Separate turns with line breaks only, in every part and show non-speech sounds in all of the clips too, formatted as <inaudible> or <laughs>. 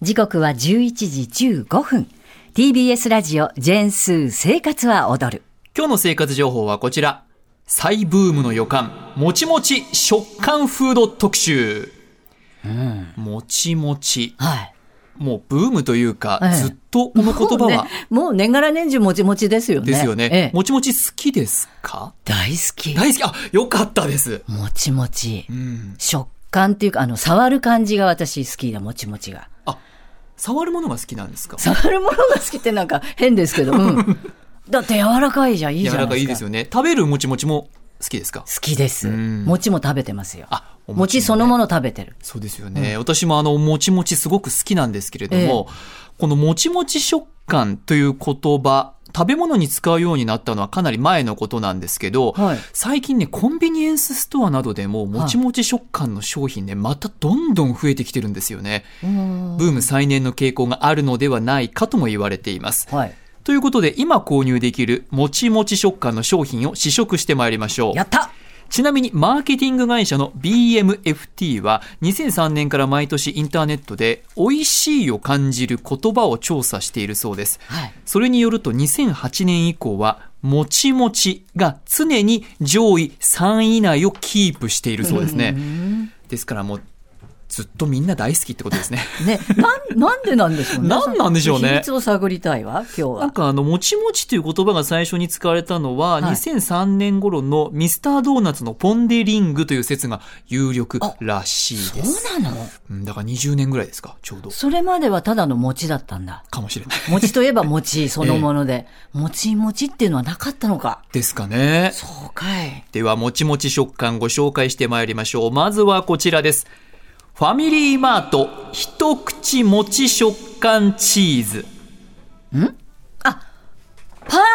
時刻は11時15分。TBS ラジオ、ジェーンスー生活は踊る。
今日の生活情報はこちら。再ブームの予感、もちもち食感フード特集。もちもち。
はい。
もうブームというか、
ええ
ずっとこの言葉は、
もう年がら年中もちもちですよね。
ですよね、
ええ
もちもち好きですか
大好き。
大好き。あ、よかったです。
もちもち
う。ん。
食感っていうか、あの、触る感じが私好きだ、もちもちが。
触るものが好きなんですか
触るものが好きってなんか変ですけど、う
<laughs>
ん。だって柔らかいじゃん、いいじ
柔
ゃな
ら
いですか。
かいいいですよね。食べるもちもちも好きですか
好きです。
ん
餅も食べてますよ。
あ、お
餅
ね
そのもの食べてる。
そうですよね。私もあの、もちもちすごく好きなんですけれども、このもちもち食感という言葉、食べ物に使うようになったのはかなり前のことなんですけど、
はい
最近ね、コンビニエンスストアなどでも、もちもち食感の商品ね、またどんどん増えてきてるんですよね。ブーム再燃の傾向があるのではないかとも言われています。
はい。
ということで、今購入できるもちもち食感の商品を試食してまいりましょう。
やった
ちなみにマーケティング会社の BMFT は2003年から毎年インターネットで美味しいを感じる言葉を調査しているそうです。
はい。
それによると2008年以降はもちもちが常に上位3位以内をキープしているそうですね。ですからもうずっとみんな大好きってことですね。 <laughs>
ね、なん、なんでなんでしょうね。
なんなんでしょうね
秘密を探りたいわ、今日
なん
は。
かあの、もちもちという言葉が最初に使われたのは、
はい
2003年頃のミスタードーナツのポンデリングという説が有力らしいです。
そうなの
うんだから20年ぐらいですか、ちょうど。
それまではただの餅だったんだ。
かもしれない。
餅といえば
<laughs>
餅そのもので、餅餅っていうのはなかったのか。
ですかね。
そうかい。
では、もちもち食感ご紹介してまいりましょう。まずはこちらです。ファミリーマート、一口もち食感チーズ。
パ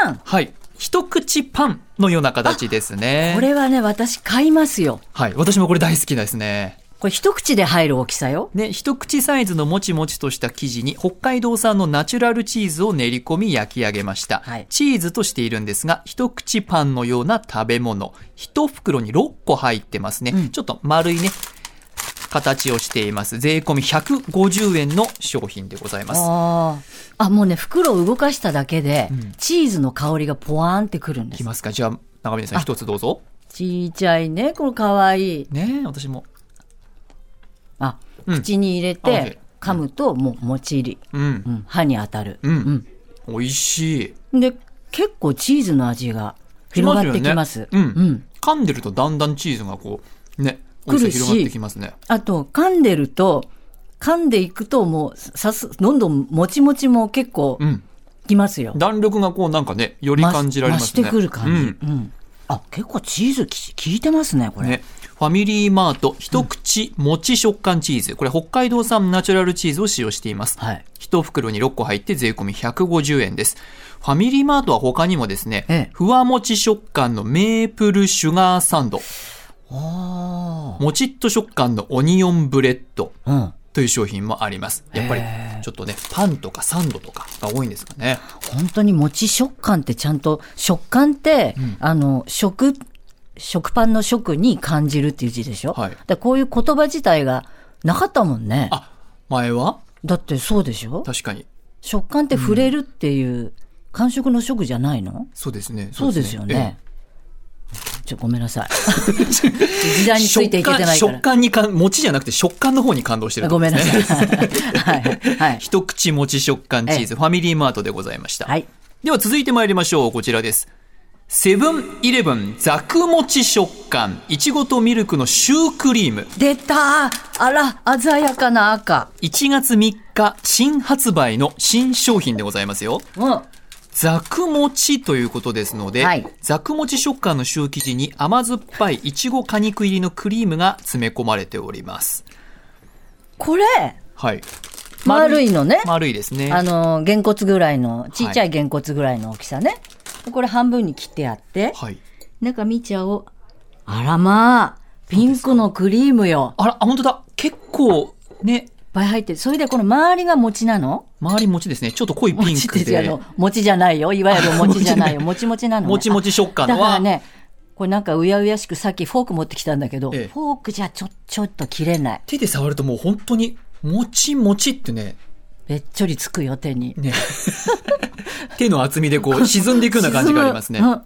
ン
はい。一口パンのような形ですね。
これはね、私買いますよ。
はい。私もこれ大好きですね。
これ一口で入る大きさよ。
ね、一口サイズのもちもちとした生地に北海道産のナチュラルチーズを練り込み焼き上げました、
はい
チーズとしているんですが一口パンのような食べ物一袋に6個入ってますね、ちょっと丸いね形をしています税込み150円の商品でございます
ああ。あ、もうね、袋を動かしただけで、チーズの香りがポワーンってくるんで
いき
す。
ますかじゃあ長峰さん一つどうぞ
ちっちゃいね、この可愛い。
ねえ私も
あ、
うん
口に入れ
あ OK
て、噛むと、もう、もちり。
うん
うん、歯に当たる。
うん、美味しい
うんで、結構チーズの味が広がってきます。
よねうん噛んでるとだんだんチーズがこうね美味しさ広がってきますね
あと、噛んでると、噛んでいくと、もう、さす、どんどん、もちもちも結構
う、ん
きますよ。
弾力がこうなんかね、より
増し
感じられますね。
増してくる感
う
じ。うん。あ、結構チーズき、効いてますね、こ
ん
れ。
ね、ファミリーマート一口もち食感チーズ、これ北海道産ナチュラルチーズを使用しています、
はい
一袋に6個入って税込み150円ですファミリーマートは他にもですね、
ええ
ふわもち食感のメープルシュガーサンド
あ
もちっと食感のオニオンブレッド
あ。うん。
という商品もありますやっぱり
へ
ちょっとねパンとかサンドとかが多いんですかね
本当に餅食感ってちゃんと、食感って、あの、食、食パンの食に感じるっていう字でしょ
はい
だからこういう言葉自体がなかったもんね。
あ前は
だってそうでしょ
確かに
食感って触れるっていう感触の食じゃないの、
そうですね
そうですよ
ええ
ね。ちょ、ごめんなさい。時代についていけてないか
食感食
ら。
感に感餅じゃなくて食感の方に感動してる
ごめんなさ
い
い。はい。はい。
一口餅食感チーズ、ファミリーマートでございました、
はい。
では続いてまいりましょうこちらですセブンイレブンザクもち食感いちごとミルクのシュークリーム
出たあら、鮮やかな赤。
1月3日新発売の新商品でございますよ
うん。
ザクもちということですので、
はい
ザクもち食感のシュー生地に甘酸っぱいいちご果肉入りのクリームが詰め込まれております
これ、
はい
丸いのね。
丸いですね
あの、げんこつぐらいの、ちっちゃいげんこつぐらいの大きさね。これ半分に切ってあって、
はい
中見ちゃおう。あらまあ、ピンクのクリームよ。
あら、あ、本当だ。結構、ね、
いっぱい入ってる。それでこの周りが餅なの
周り餅ですね。ちょっと濃いピン
餅
ク
ってあ
で
の。、餅じゃないよ。いわゆる餅じゃないよ。もちもちなの、ね。
もちもち食感
だ
の
から
は、
ね、これなんかうやうやしくさっきフォーク持ってきたんだけど、
ええ
フォークじゃちょ、ちょっと切れない。
手で触るともう本当に、もちもちってね、
べっちょりつくよ、手に。
ね、手の厚みでこ
<laughs>
う沈んでいくような感じがありますね。
沈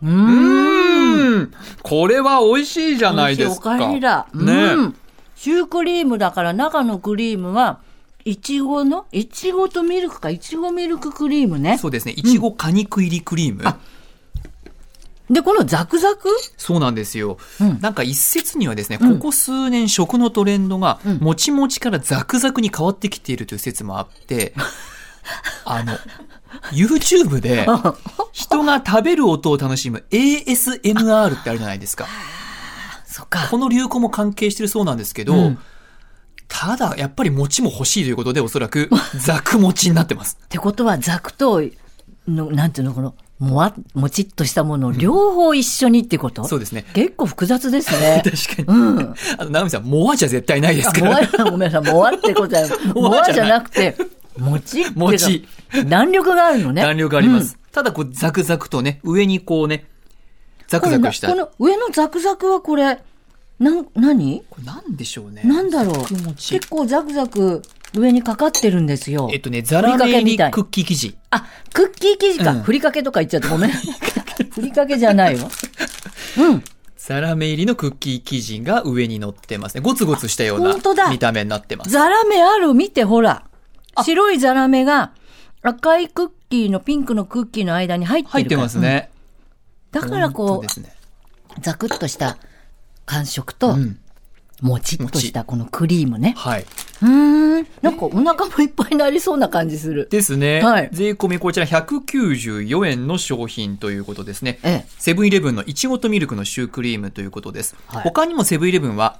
むうん。うん
うんこれは美味しいじゃないですか。
おかえりだ。う
ね
ん。シュークリームだから中のクリームは、いちごの、いちごとミルクか、いちごミルククリームね。
そうですね。いちご果肉入りクリーム。
で、このザクザク
そうなんですよ、
うん
なんか一説にはですね、
うん
ここ数年食のトレンドが、
うん
もちもちからザクザクに変わってきているという説もあ
<laughs>
って、あの、YouTube で人が食べる音を楽しむ ASMR ってあるじゃないですか。
そっか。
この流行も関係してるそうなんですけど、
うん
ただやっぱり餅も欲しいということでおそ
<laughs>
らくザク餅になってます
っ。てことは、ザクと、のなんていうの、この、もわ、もちっとしたものを両方一緒にってこと、
そうですね。
結構複雑です
<laughs>
ね。
確か
う
に。
ん。
あの、ナミさん、モアじゃ絶対ないですか
も
ら。
わ、ごめんなさい、もわってことは、
<laughs>
もわじゃなくて、もちっていうか
もち。
弾力があるのね。
弾力あります。ただこうザクザクとね、上にこうね、ザ
こ
ク
れ
ザ
な
クした。
こ
こ
の上のザクザクはこれ、なん、何
れなんでしょうね。
なんだろう
ザク餅
結構ザクザク上にかかってるんですよ
えっ。とね、ザラメ入りクッキー生地。
あ、クッキー生地か。
うん
ふりかけとか言っちゃってご
<laughs>
めん。ふりかけじゃないわ。うん。
ザラメ入りのクッキー生地が上に乗ってますね。ゴツゴツしたよう
あ本当だ
な見た目になってます。
ザラメある見て、ほら。白いザラメが赤いクッキーのピンクのクッキーの間に入ってるから
入ってますね。
うんだから
本当
こ
ですね。
う、ザクッとした感触と
う、ん。
もちっとしたこのクリームね。
はい。
うーん。なんかお腹もいっぱいになりそうな感じする。
ですね。
はい
税込みこちら194円の商品ということですね。
ええ
セブンイレブンのいちごとミルクのシュークリームということです。
はい
他にもセブンイレブンは、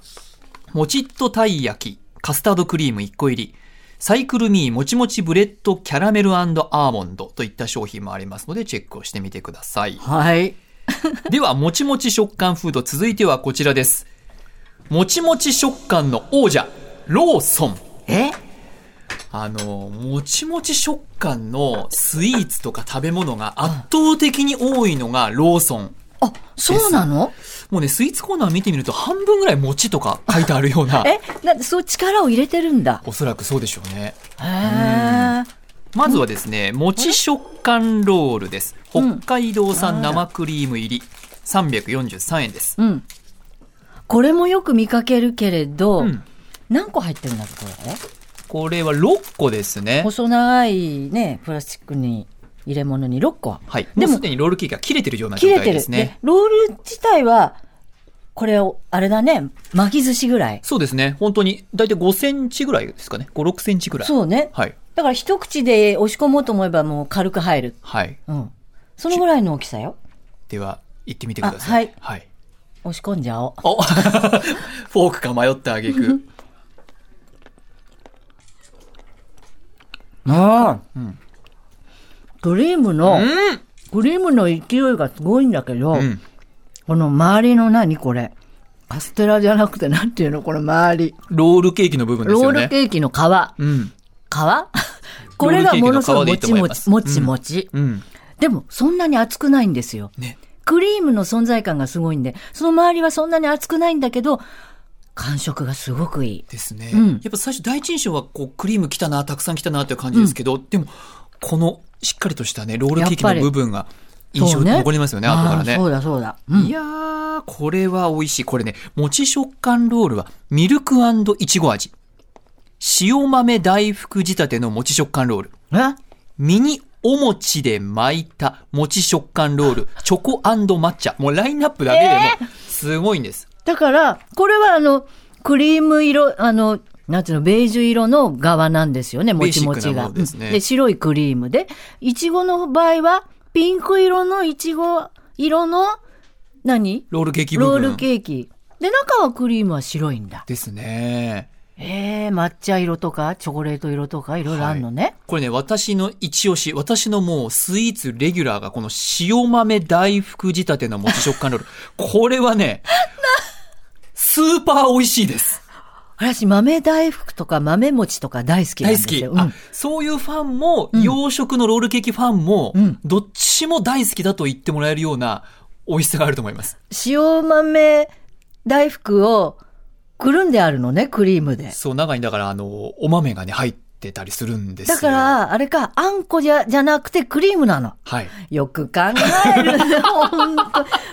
もちっとたい焼き、カスタードクリーム1個入り、サイクルミーもちもちブレッドキャラメルアーモンドといった商品もありますのでチェックをしてみてください。
はい。
では、もちもち食感フード続いてはこちらです。もちもち食感の王者、ローソン。
え
あの、もちもち食感のスイーツとか食べ物が圧倒的に多いのがローソン。
あ、そうなの。
もうね、スイーツコーナー見てみると半分ぐらい餅とか書いてあるような
<laughs> えだってそう力を入れてるんだ。
おそらくそうでしょうね。
へー
まずはですね、餅食感ロールです。
うん
北海道産生クリーム入り343円です。
うん。これもよく見かけるけれど、
うん
何個入ってるんだっけ、これ。
これは6個ですね。
細長いね、プラスチックに、入れ物に6個。
はい。も
で
う
も
すでにロールケーキが切れてるような
切
状
れ
態
て
で
る。
す
で
ね。
ロール自体は、これを、あれだね、巻き寿司ぐらい。
そうですね。本当に、だいたい5センチぐらいですかね。5、6センチぐらい。
そうね。
はい。
だから一口で押し込もうと思えばもう軽く入る。
はい。
うん。そのぐらいの大きさよ。
では、行ってみてください。はい
押し込んじゃおう。
お <laughs> フォークか迷ったあげく。
ああ、
ん
クリームの、
うん
クリームの勢いがすごいんだけど、
うん。
この周りの何これカステラじゃなくてなんていうのこの周り。
ロールケーキの部分です
ロー
よね。
ルケーキの皮。
う
皮
ん。
<laughs> これがものすごいもちもち、
ロ
も
ールケー
ち
キの皮でいいと思います
もち。
うん。
でもそんなに厚くないんですよ。
ね。
クリームの存在感がすごいんで、その周りはそんなに厚くないんだけど、感触がすごくいい。
ですね。
うん
やっぱ最初第一印象はこうクリーム来たな、たくさん来たなという感じですけど、でもこのしっかりとしたね、ロールケーキの部分が印象
そう
に
ね
残りますよね、後から
ああそ
ね。
うだそうだ。うん
いやー、これは美味しい。これね、餅食感ロールはミルクいちご味。塩豆大福仕立ての餅食感ロール。
え
ミニお餅で巻いた餅食感ロール、チョコ抹茶。もうラインナップだけでもすごいんです。
だから、これはあの、クリーム色、あの、なんていうの、ベージュ色の側なんですよね、もちもち
ベーシックな
が。
ものですね
うん白いクリームで、いちごの場合は、ピンク色のいちご色の、何
ロールケーキ部
ロー
分。
ルケーキ。で、中はクリームは白いんだ。
ですね。
えー、抹茶色とか、チョコレート色とか、いろいろあるのね。
これね、私の一押し、私のもうスイーツレギュラーがこの塩豆大福仕立ての餅食感ロール。これはね、スーパー美味しいです。
私、豆大福とか豆餅とか大好きなん
大
で
好
す
き。
よ。
あそういうファンも、洋食のロールケーキファンも、
うん
どっちも大好きだと言ってもらえるような美味しさがあると思います。
うん、塩豆大福を、くるんであるのね、クリームで。
そう、中にだから、あの、お豆がね、入ってたりするんですよ。
だか、ら、あれか、あんこじゃ、じゃなくてクリームなの。
はい。
よく考える。
<laughs>
本当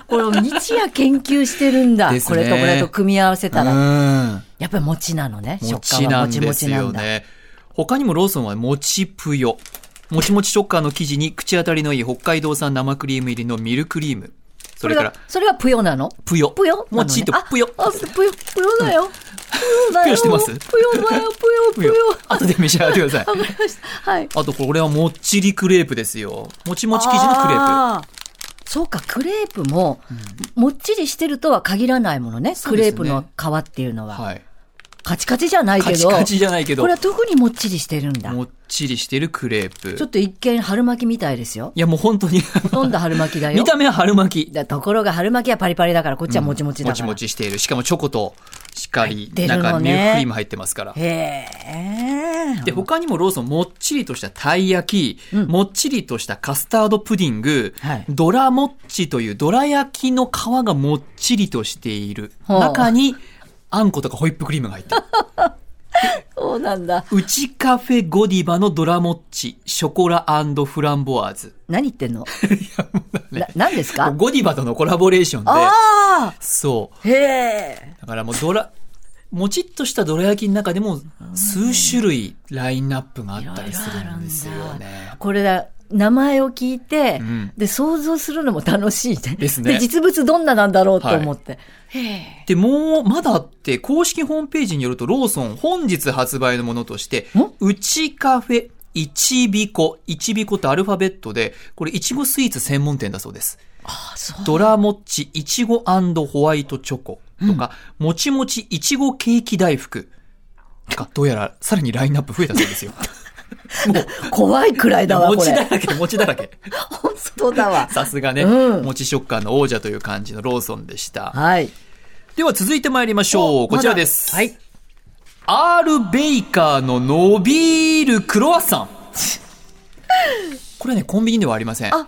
これ、日夜研究してるんだ。
です
こ
ね
れとこれと組み合わせたら。
うん。
やっぱり餅なのね。食
餅
感は
な
も
ん
ち
で
も
す
ちな
よ
んだ。
ね。他にもローソンは餅ぷよ。もちもち食感の生地に口当たりのいい北海道産生クリーム入りのミルクリーム。それから
が、それがぷよなの
ぷよ。
ぷよなのね
餅とぷよ。
あ、あぷよ、ぷよだよ。ぷよだ
<laughs> ぷ
よ。
よしてます
ぷよだよ、ぷよ、ぷ
<laughs> ぷよ
よ。。
後で召し上がってくださ
わ <laughs>
い。
かりました。はい。
あと、これはもっちりクレープですよ。もちもち生地のクレープ。
あーそうか、クレープも、もっちりしてるとは限らないものね。
そう
ク
で
レ
す
ー
ね
プの皮っていうのは。
はい。
カチカチじゃないけ
カ
ど。
チカチじゃないけど
これ、は特にもっちりしてるんだ。
もっちりしてるクレー
ちょっ
プ。
と一見春巻きみたいですよ。
いや、もう本当に、
ほとんど春巻きだよ。
見た目は春巻き。
だところが春巻きはパリパリだから、こっちはもちもちだ
も
か
ち
ら。
もちしている。しかもチョコと、しっかり
入っ、てる
中
の
ミル
ね
ククリーム入ってますから。
へえ。
で、他にもローソン、もっちりとしたたい焼き、もっちりとしたカスタードプディング、
はい
ドラもっちというどら焼きの皮がもっちりとしている。
ほう
中に、あんことかホイップクリームが
<laughs>
入ってる。
そうなんだ。
うちカフェゴディバのドラもっち、ショコラフランボワーズ。
何言
<laughs>
ってんのな何ですか
ゴディバとのコラボレーションで、
あ
そ
あへえ。
う。だからもうドラ、もちっとしたどら焼きの中でも数種類ラインナップがあったりするんですよ
いろいろあるん
ね。
これだ、名前を聞いて、
ん
で、想像するのも楽しいね。
ですね
で、実物どんななんだろうと思って。
で、もう、まだあって、公式ホームページによると、ローソン本日発売のものとして、うちカフェ、いちびこ、いちびこってアルファベットで、これ、いちごスイーツ専門店だそうです。
あ、そう。
ドラもっち、いちごホワイトチョコとか、もちもちいちごケーキ大福。か、どうやら、さらにラインナップ増えたそうですよ。も
怖いくらい <laughs> だわ、
う、
こ
餅だ
れ。
らけ、餅だら
<laughs>
け。
本当だわ。
さすがね、
うん
餅食感の王者という感じのローソンでした。
はい。
では続いて参りましょう。
おま
こ
だ
ちらです。
はい。
アール・ベイカーの伸びるクロワッサン。これね、コンビニではありません。
あ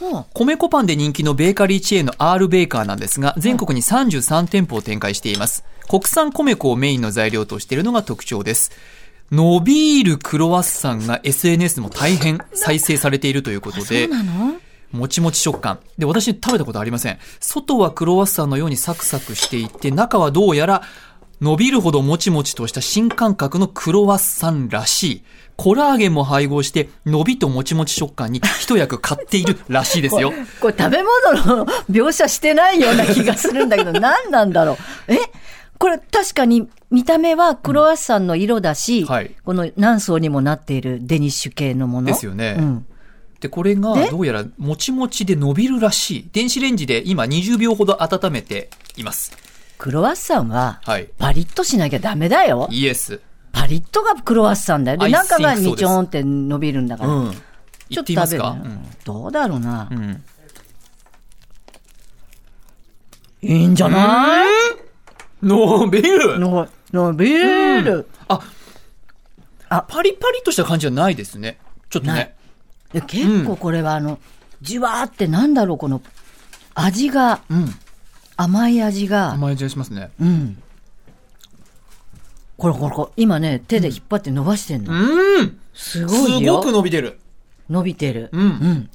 もう、
米粉パンで人気のベーカリーチェーンのアールベーカーなんですが、全国に33店舗を展開しています。国産米粉をメインの材料としているのが特徴です。伸びるクロワッサンが SNS でも大変再生されているということ
そ
で
う、なの
もちもち食感。で、私食べたことありません。外はクロワッサンのようにサクサクしていて、中はどうやら伸びるほどもちもちとした新感覚のクロワッサンらしい。コラーゲンも配合して、伸びともちもち食感に一役買っているらしいですよ。
<laughs> これ食べ物の描写してないような気がするんだけ
<laughs>
ど、何なんだろう。えこれ確かに見た目はクロワッサンの色だし、
んはい
この何層にもなっているデニッシュ系のもの。
ですよね
うん。
で、これが
で
どうやらもちもちで伸びるらしい。電子レンジで今20秒ほど温めています。
クロワッサンは、
はい。
パリッとしなきゃダメだよ。
イエス。
パリッとがクロワッサンだよ。で、
I
中が
think so です
にちょんって伸びるんだか
う
ら。
ん。
ち
言
ょっと
ってみま
食
す
べる
か、
どうだろうな。
うん。うん。
いいんじゃない
伸びる
の、のビール。
あ、
あ
パリパリとした感じはないですね。ちょっと
な
ね
い。で結構これはあの、じわーってなんだろう、この、味が、
うん。
甘い味が、
甘い味がしますね。
うん。これこれこれ、今ね、手で引っ張って伸ばしてんの。
うん
す
す
ごい
ご
よ
く。伸びてる。
伸びてる。
うん。
うん。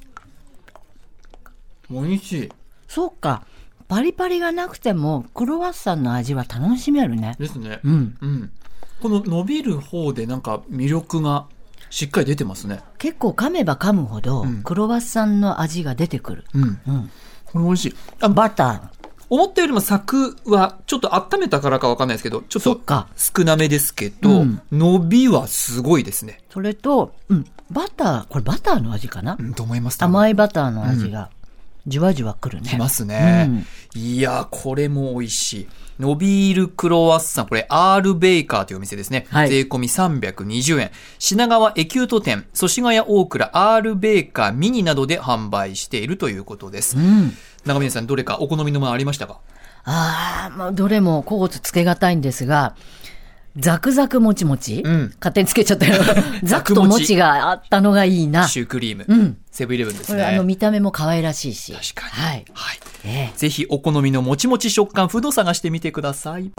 美味しい。
そうか。パリパリがなくても、クロワッサンの味は楽しめるね。
ですね。
うん。
うん。この伸びる方でなんか魅力がしっかり出てますね。
結構噛めば噛むほど、クロワッサンの味が出てくる。
うん。
うん。
これ美味しい。あ
バタ
思ったよりもサクはちょっと温めたからかわかんないですけど、ちょっ
そ
と
っか
少なめですけど、
うん
伸びはすごいですね。
ー。それと、うん。バター、これバターの味かな、
うん、と思います。
甘いバターの味が、じわじわくるね。
きますね。いやー、これも美味しい。伸びるクロワッサン、これ、アールベイカーというお店ですね。
はい
税込み320円。品川エキュート店、祖師ヶ谷大倉、アールベイカーミニなどで販売しているということです。
うん。
長峰さん、どれかお好みのものありましたか
ああ、まあ、どれも甲骨つけがたいんですが、ザクザクもちもち、
ん
勝手につけちゃ
<laughs>
ったよ。ザクと
もち
もちがあったのがいいな。
シュークリーム。
うん。
セブンイレブンです
これ、
ね。
あの、見た目も可愛らしいし。
確かに
はい。
はい。
ええ
ぜひお好みのもちもち食感フードを探してみてください。